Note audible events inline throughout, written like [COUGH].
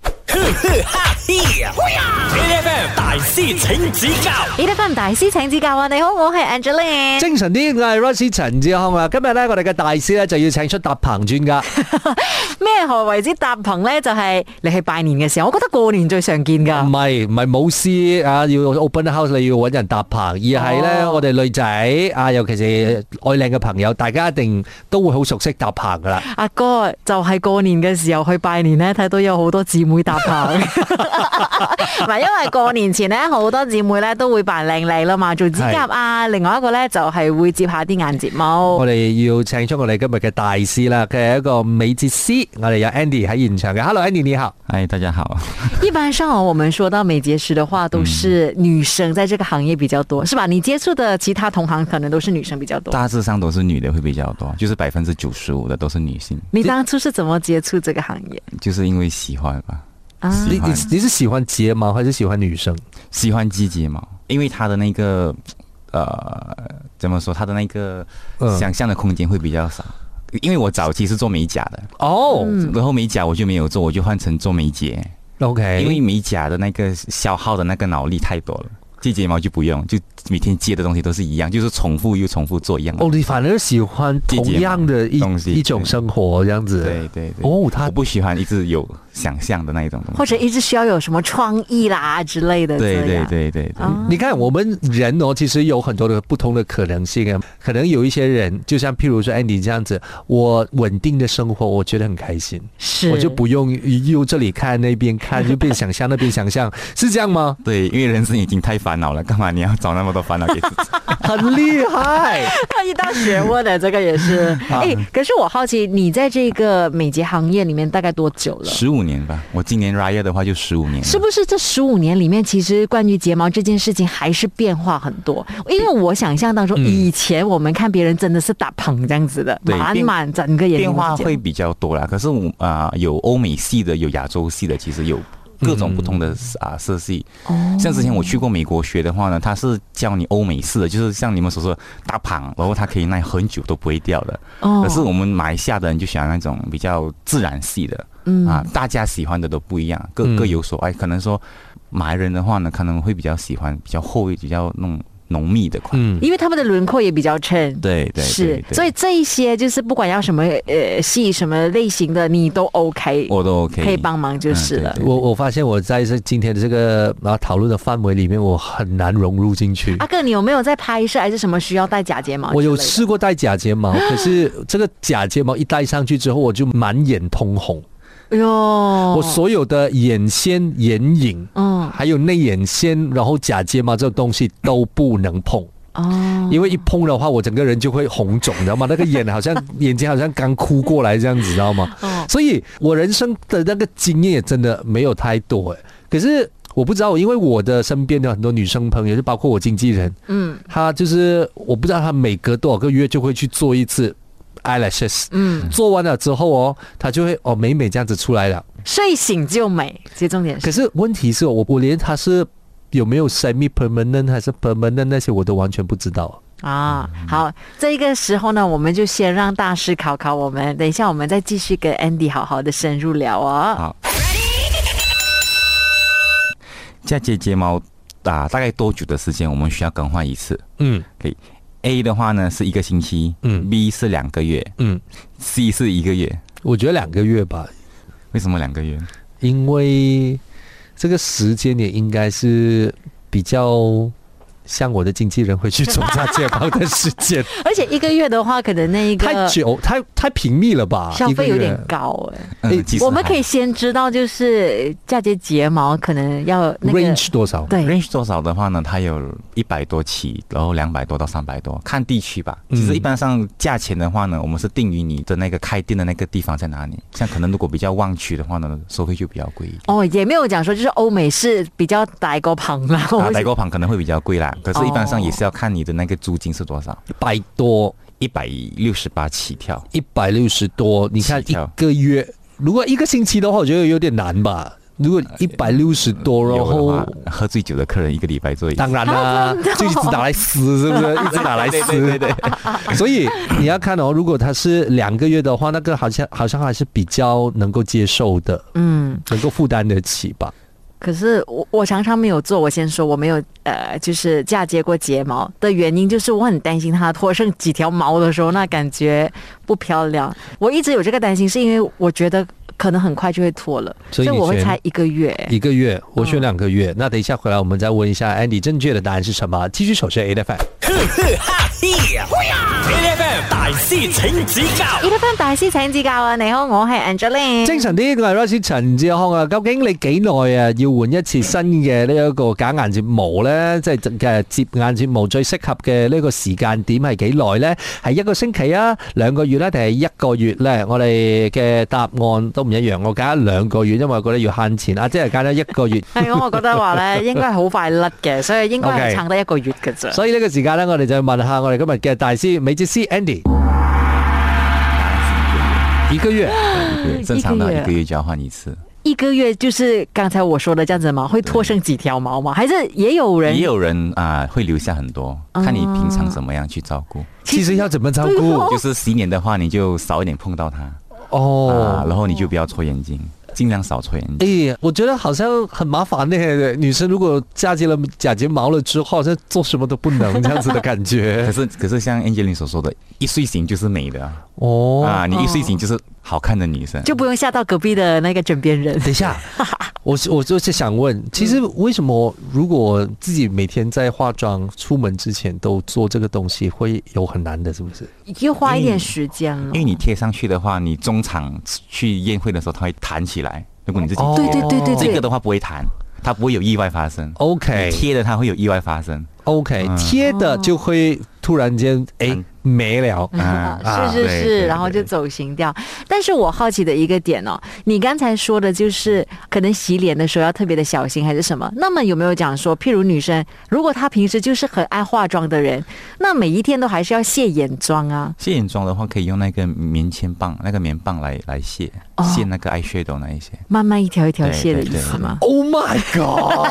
呵呵哈嘿，A F M 大師請指教李德芬大師請指教啊！你好，我係 Angeline。精神啲，我係 r o s s 陳志康啊！今日咧，我哋嘅大師咧就要請出搭棚專家，咩何為之搭棚咧？就係、你去拜年嘅時候，我覺得過年最常見唔㗎。係唔係舞獅啊，要 open house 你要揾人搭棚，而係咧、哦我哋女仔啊，尤其是愛靚嘅朋友，大家一定都會好熟悉搭棚噶啦。阿哥就係過年嘅時候去拜年咧，睇到有好多姊妹搭棚，唔係因為過年前咧好多姊妹咧都會扮靚靚啦嘛，做指甲啊，另外一個咧就係會接下啲眼睫毛我。哋要請出我哋今日嘅大師啦，佢係一個美睫師，我哋有 Andy 喺現場嘅。Hello，Andy 你好。嗨，哎大家好。一般上哦我們說到美睫師的話，都是女生在這個行業比較多，是吧？你接觸的其他同行可能都是女生比較多。大致上都是女的会比较多，就是百分之九十五的都是女性，你当初是怎么接触这个行业就是因为喜欢吧，啊？喜你你欢你是喜欢睫毛还是喜欢女生？喜欢鸡睫毛，因为它的那个呃怎么说，它的那个嗯想象的空间会比较少。因为我早期是做美甲的，哦、然后美甲我就没有做，我就换成做美睫， o k 因为美甲的那个消耗的那个脑力太多了。接睫毛就不用，就每天接的东西都是一样，就是重复又重复做一样的哦，你反而喜欢同样的季一节嘛东西一种生活这样子。对对对，哦，他我不喜欢一直有想象的那一种东西。或者一直需要有什么创意啦之类的？对这对样。对对对，啊你看我们人哦，其实有很多的不同的可能性啊。可能有一些人，就像譬如说 Andy 这样子，我稳定的生活，我觉得很开心，是我就不用又这里看那边看，又边想象那边想象，是这样吗？对，因为人生已经太烦恼了，干嘛你要找那么多烦恼给自 [LAUGHS] 己？很厉害。 [LAUGHS] 一道学问的，这个 [LAUGHS] 也是。啊哎，可是我好奇，你在这个美睫行业里面大概多久了？十五年吧，我今年 Raya 的话就十五年了。是不是这十五年里面，其实关于睫毛这件事情还是变化很多？因为我想象当中，以前我们看别人真的是打棚这样子的，嗯对满变满整个眼变睛都是化睫毛会比较多啦。可是我啊、有欧美系的，有亚洲系的，其实有各种不同的啊色系。哦像之前我去过美国学的话呢，它是教你欧美式的，就是像你们所说的大膀，然后它可以耐很久都不会掉的。哦可是我们马来西亚的人就喜欢那种比较自然系的，嗯啊，大家喜欢的都不一样，各嗯各有所爱。可能说马来人的话呢，可能会比较喜欢比较厚一、比较那种浓密的款。嗯，因为他们的轮廓也比较衬。对对对是，对所以这一些就是不管要什么呃戏什么类型的，你都 OK，我都 OK，可以帮忙就是了嗯。对我我发现我在这今天的这个啊讨论的范围里面，我很难融入进去。阿哥，你有没有在拍摄还是什么需要戴假睫毛？我有，试过戴假睫毛，可是这个假睫毛一戴上去之后，我就满眼通红，哎呦，我我所有的眼线、眼影，嗯还有内眼线，然后假睫毛这种东西都不能碰，哦，因为一碰的话，我整个人就会红肿，你知道吗？那个眼好像眼睛好像刚哭过来这样子，知道 [LAUGHS] 吗？哦所以我人生的那个经验也真的没有太多哎，可是。我不知道，因为我的身边的很多女生朋友，就包括我经纪人，嗯她就是我不知道她每隔多少个月就会去做一次 eyelashes，嗯，做完了之后哦，她就会哦美美这样子出来了。睡醒就美，其实重点可是是问题是我我连它是有没有 semi permanent 还是 permanent 那些我都完全不知道。啊，好，这个时候呢，我们就先让大师考考我们，等一下我们再继续跟 Andy 好好的深入聊啊、好嫁接睫毛啊，大概多久的时间我们需要更换一次嗯？A 的话呢是一个星期，嗯，B 是两个月嗯， ，C 是一个月。我觉得两个月吧，为什么两个月？因为这个时间也应该是比较像我的经纪人会去做假睫毛的时 [LAUGHS] 间，而且一个月的话，可能那一个太久太太频密了吧？呃消一个费有点月高哎、诶其实我们嗯还可以先知道，就是呃嫁接睫毛可能要那个 range 多少？对 range 多少的话呢？它有一百多起，然后两百多到三百多，看地区吧。嗯其实一般上价钱的话呢，我们是定于你的那个开店的那个地方在哪里。像可能如果比较旺区的话呢，收费就比较贵一点。啊哦，也没有讲说就是欧美是比较大个旁啦，我啊，们代购旁可能会比较贵啦，可是哦一般上也是要看你的那个租金是多少，百多一百六十八起跳。一百六十多，你看起一跳个月，如果一个星期的话，我觉得有点难吧。如果一百六十多，然呃有的后话喝醉酒的客人一个礼拜做一次， [LAUGHS] 当然啦、就一直拿来撕，是不 [LAUGHS] 是？一直拿来撕，哦对对 [LAUGHS] 所以你要看哦，如果他是两个月的话，那个好像好像还是比较能够接受的，嗯，能够负担得起 [LAUGHS] 吧。可是我我常常没有做。我先说我没有呃，就是嫁接过睫毛的原因，就是我很担心它脱剩几条毛的时候，那感觉不漂亮。我一直有这个担心，是因为我觉得可能很快就会脱了，所以你我会选猜一个月。一个月，我选两个月。那等一下回来，我们再问一下 Andy 正确的答案是什么？继续守着 A F M。哈嘿呀！A F M 大师请指教一分大師請指教啊！你好，我係 Angeline。精神啲，我系 Rosie 陳志康啊。究竟你幾耐啊？要換一次新嘅呢一個假眼睫毛呢？即係嘅接眼睫毛最適合嘅呢個時間點係幾耐呢？係一個星期啊，兩個月呢？定係一個月呢？我哋嘅答案都唔一樣。我揀咗兩個月，因為我覺得要慳錢啊，即係揀咗一個 [LAUGHS] 月。係哎 [LAUGHS] 咁，我覺得話咧，應該係好快甩嘅，所以應該 OK 係撐得一個月嘅啫。所以呢個時間呢，我哋就問下我哋今日嘅大師美哲師 Andy，一個月。对正常的一个一个月月就要换一次。一个月就是刚才我说的这样子吗？会脱剩几条毛吗？还是也有人嗯也有人啊、会留下很多，看你平常怎么样去照顾。其實要怎麼照對顧哦？就是洗脸的话，你就少一点碰到它啊，哦，然后你就不要搓眼睛，尽量少搓眼睛。诶、哎我觉得好像很麻烦呢、女生如果嫁接了假睫毛了之后，好像做什么都不能这样子的感可 [LAUGHS] 觉。是可是像 Angelina 所说的，一睡醒就是美的啊哦，啊，你一睡醒就是好看的女生。就不用吓到隔壁的那个枕边人？等 [LAUGHS] 一下，我我就是想问，其实为什么如果自己每天在化妆、出门之前都做这个东西，会有很难的，是不是？又花一点时间了因。为你贴上去的话，你中场去宴会的时候，它会弹起来。如果你自己哦贴对的，对对对这对个，的话不会弹，它不会有意外发生。 OK 你嗯贴的它会有意外发 [LAUGHS] 生。 OK，、嗯贴的就会突然间诶嗯没了。啊啊是是对是，对然后就对走形掉。但是我好奇的一个点哦，你刚才说的就是可能洗脸的时候要特别的小心，还是什么？那么有没有讲说，譬如女生如果她平时就是很爱化妆的人，那每一天都还是要卸眼妆啊？卸眼妆的话，可以用那个棉签棒，那个棉棒来来卸哦卸那个 eyeshadow 那一些。慢慢一条一条对卸的对意对思吗？ Oh my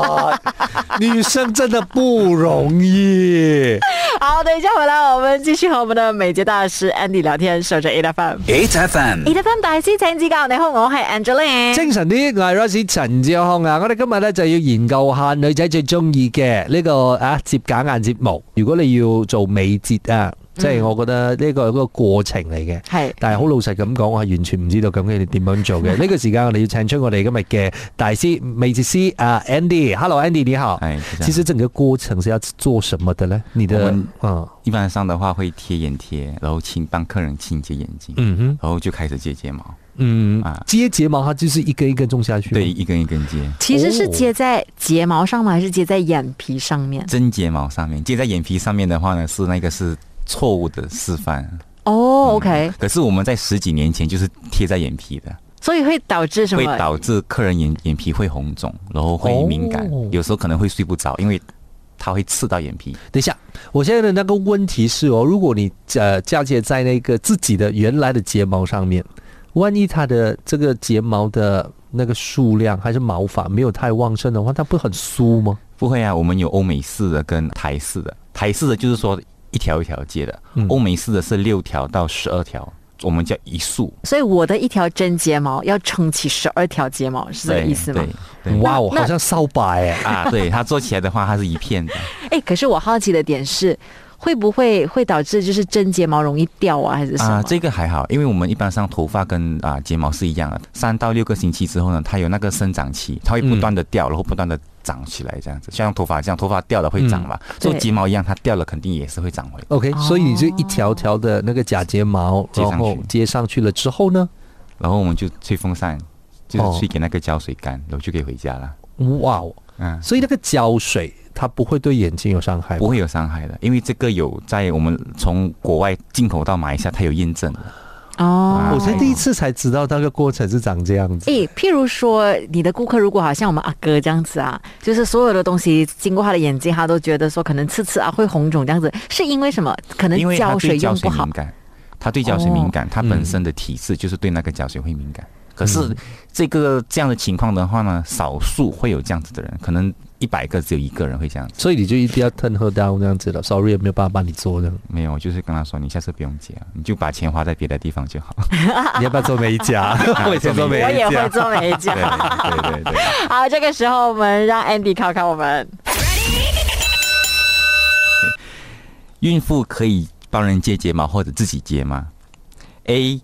god！女 [LAUGHS] 生真的不容易。好，等一下回来，我们继续和我们的美睫大师 Andy 聊天，守着 A F M。 ，H F M A F M 大师请指教，你好，我系 Angeline。精神啲，我系 Rosie 陳志康啊！我哋今日咧就要研究下女仔最中意嘅呢個啊接假眼睫毛。如果你要做美睫啊，即係我覺得呢個係一個過程嚟嘅。系但係好老實咁講，我係完全唔知道究竟你點樣做嘅。呢個時間我哋要請出我哋今日嘅大師美睫師啊 Andy。Hello Andy，你好。哎，就这样其實整個過程是要做什麼的呢？你我的們嗯一般上的话会贴眼贴，然后清帮客人清洁眼睛，嗯哼然后就开始接睫毛，嗯啊，接睫毛它就是一根一根种下去。对，，一根一根接，其实是哦接在睫毛上吗？还是接在眼皮上面？真睫毛上面，接在眼皮上面的话呢，是那个是错误的示范。嗯哦，OK，可是我们在十几年前就是贴在眼皮的，所以会导致什会么？导致客人眼眼皮会红肿，然后会敏感，哦有时候可能会睡不着，因为它会刺到眼皮。等一下，我现在的那个问题是哦，如果你呃嫁接在那个自己的原来的睫毛上面，万一它的这个睫毛的那个数量还是毛发没有太旺盛的话，它不很酥吗？不会啊，我们有欧美式的跟台式的，台式的就是说一条一条接的，嗯欧美式的是六条到十二条，我们叫一束。所以我的一条真睫毛要撑起十二条睫毛，是这个对意思吗？对对哇哦，那好像扫把哎！啊，对，它做起来的话，它是一片的。哎，可是我好奇的点是，会不会会导致就是真睫毛容易掉啊，还是什么？啊，这个还好，因为我们一般上头发跟啊睫毛是一样的，三到六个星期之后呢，它有那个生长期，它会不断的掉，然后不断的长起来，这样子，像头发这样，头发掉了会长嘛，做嗯对睫毛一样，它掉了肯定也是会长回。 OK，、哦所以你就一条条的那个假睫毛，接上然去后接上去了之后呢，然后我们就吹风扇，就哦是吹给那个胶水干，然后就可以回家了。哇哦，嗯，所以那个胶水它不会对眼睛有伤害吗，不会有伤害的，因为这个有在我们从国外进口到马来西亚，它有验证的。哦啊，我才第一次才知道那个过程是长这样子。诶，譬如说，你的顾客如果好像我们阿哥这样子啊，就是所有的东西经过他的眼睛，他都觉得说可能刺刺啊会红肿这样子，是因为什么？可能因为它胶对水胶用不水好哦敏感，它对胶水敏感，它嗯本身的体质就是对那个胶水会敏感。可嗯是这个这样的情况的话呢，少数会有这样子的人，可能一百个只有一个人会这样子。所以你就一定要 turn her down 这样子了，sorry 没有办法帮你做这样。没有，我就是跟他说，你下次不用结了，你就把钱花在别的地方就 [LAUGHS] 好。你要不要做美甲？我以前做啊我美也会甲。做美对甲。对对对。好，这个时候我们让 Andy 考考我们。孕妇可以帮人接睫毛或者自己接吗？A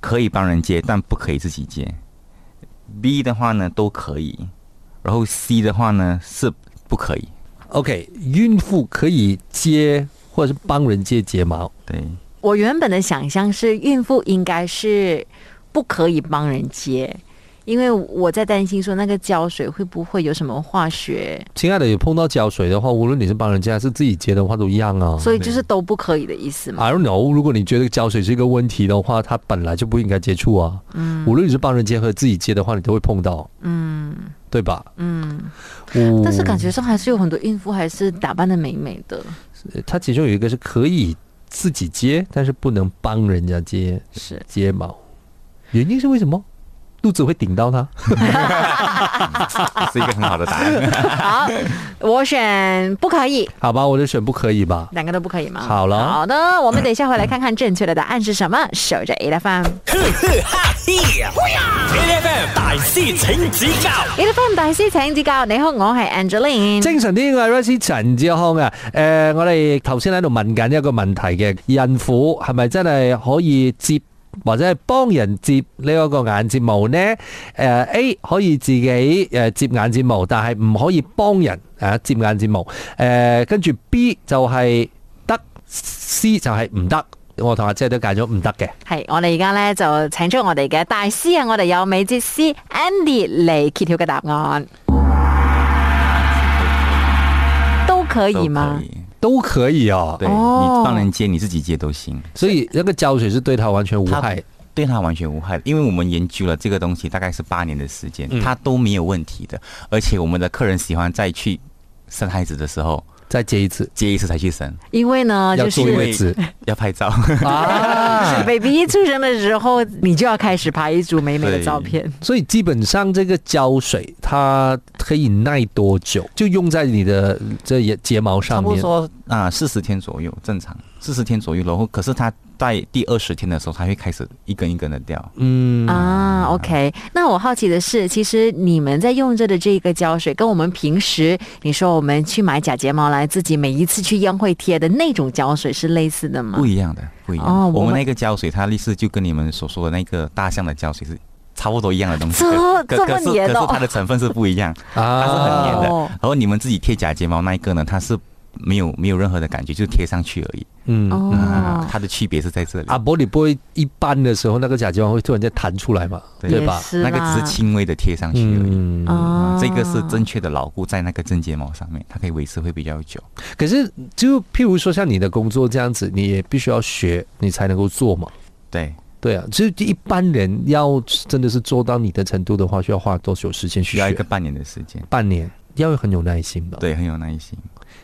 可以帮人接，但不可以自己接。B 的话呢都可以，然后 C 的话呢是不可以。 OK，孕妇可以接或者是帮人接睫毛。对，我原本的想象是孕妇应该是不可以帮人接，因为我在担心说那个胶水会不会有什么化学，亲爱的，有碰到胶水的话，无论你是帮人接还是自己接的话，都一样哦啊。所以就是都不可以的意思啊嘛。 I don't know，如果你觉得胶水是一个问题的话，它本来就不应该接触啊。嗯，无论你是帮人接和自己接的话，你都会碰到。嗯，对吧？嗯，哦但是感觉上还是有很多孕妇还是打扮的美美的，它其中有一个是可以自己接，但是不能帮人家接是睫毛，原因是为什么？肚子会顶到它。 [LAUGHS] 是一个很好的答 [LAUGHS] 案。好，我选不可以，好吧，我就选不可以吧。两个都不可以吗？好了好的，我们等一下回来看看正确的答案是什么。守着 A F M，A 呵呵哈嘿，A F M 大师请指教 F M 大師請指教，你好，我係 Angeline。精神啲，我係 r i s e 陳志康啊。誒、我哋頭先喺度問緊一個問題嘅，孕婦係咪真係可以接？或者係幫人接呢一個眼睫毛呢？誒、A 可以自己誒接眼睫毛，但係唔可以幫人啊接眼睫毛。誒、跟住 B 就係得，C 就係唔得。我同阿姐都揀咗唔得嘅。系，我哋而家咧就請出我哋嘅大師啊！我哋有美哲師 Andy 嚟揭曉嘅答案，都可都以嗎可？以。都可以哦，对、哦你帮人接，你自己接都行，所以那个胶水是对它完全无害。对他完全无害的。因为我们研究了这个东西大概是八年的时间，嗯他都没有问题的。而且我们的客人喜欢再去生孩子的时候再接一次，接一次才去生，因為呢，要就坐是 [LAUGHS] 月子要拍照。啊。 baby 一出生的時候，你就要開始拍一組美美的照片。 [LAUGHS] 所以基本上这个胶水它可以耐多久，就用在你的这也睫毛差上不多面。说啊，四十天左右正常，四十天左右。然后可是它在第二十天的时候，它会开始一根一根的掉。嗯，啊，OK。那我好奇的是，其实你们在用着的这个胶水，跟我们平时你说我们去买假睫毛来自己每一次去宴会贴的那种胶水是类似的吗？不一样的，不一样的。嗯哦我我们们那个胶水，它类似就跟你们所说的那个大象的胶水是差不多一样的东西。这可这可么是可黏是哦它的成分是不一样，它是很黏啊的。哦然后你们自己贴假睫毛那一个呢，它是没有没有任何的感觉，就贴上去而已。嗯。哦啊，，它的区别是在这里。阿伯，你不会一般的时候那个假睫毛会突然间弹出来嘛？对对吧也？是那个只啦是轻微的贴上去而已。嗯，啊哦，这个是正确的牢固在那个正睫毛上面，它可以维持会比较久。可是就譬如说像你的工作这样子，你也必须要学，你才能够做嘛。对，对啊，就是一般人要真的是做到你的程度的话，需要花多久时间去需要一学个？半年的时间。半年，要很有耐心吧。对，很有耐心。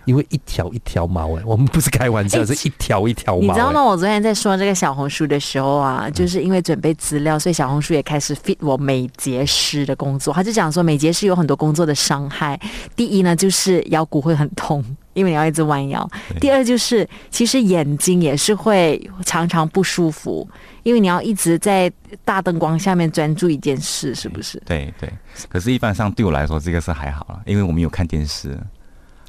因为一条一条毛哎、 [LAUGHS] 我们不是开玩笑，哎是一条一条毛、你知道哎吗？我昨天在说这个小红书的时候啊，就是因为准备资料，所以小红书也开始 fit 我美睫师的工作。他就讲说，美睫师有很多工作的伤害。第一呢，就是腰骨会很痛，因为你要一直弯腰；对第二就是，其实眼睛也是会常常不舒服，因为你要一直在大灯光下面专注一件事，是 [LAUGHS] 不是？对对，可是一般上对我来说，这个是还好了，因为我没有看电视，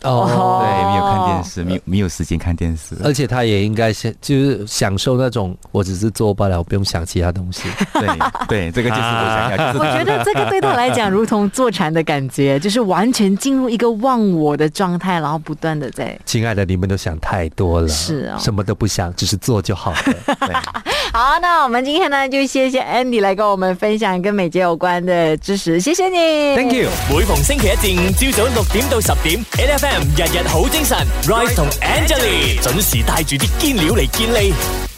哦，对，没有看电视，没有没有时间看电视。而且他也应该是就是享受那种，我只是做罢了，我不用想其他东西。 [LAUGHS] 对对，这个就是我想要，就我是觉得这个对他来讲如同坐禅的感觉，就是完全进入一个忘我的状态，然后不断的在亲爱的，你们都想太多了，是哦什么都不想，只是做就 [LAUGHS] 好了。对好，那我们今天呢，就谢谢 Andy 来跟我们分享跟美睫有关的知识，谢谢你 Thank you。每逢星期一至五朝早六點到十點，A F M 日日好精神，Rise 同 Angelie 準時帶住啲堅料嚟健利。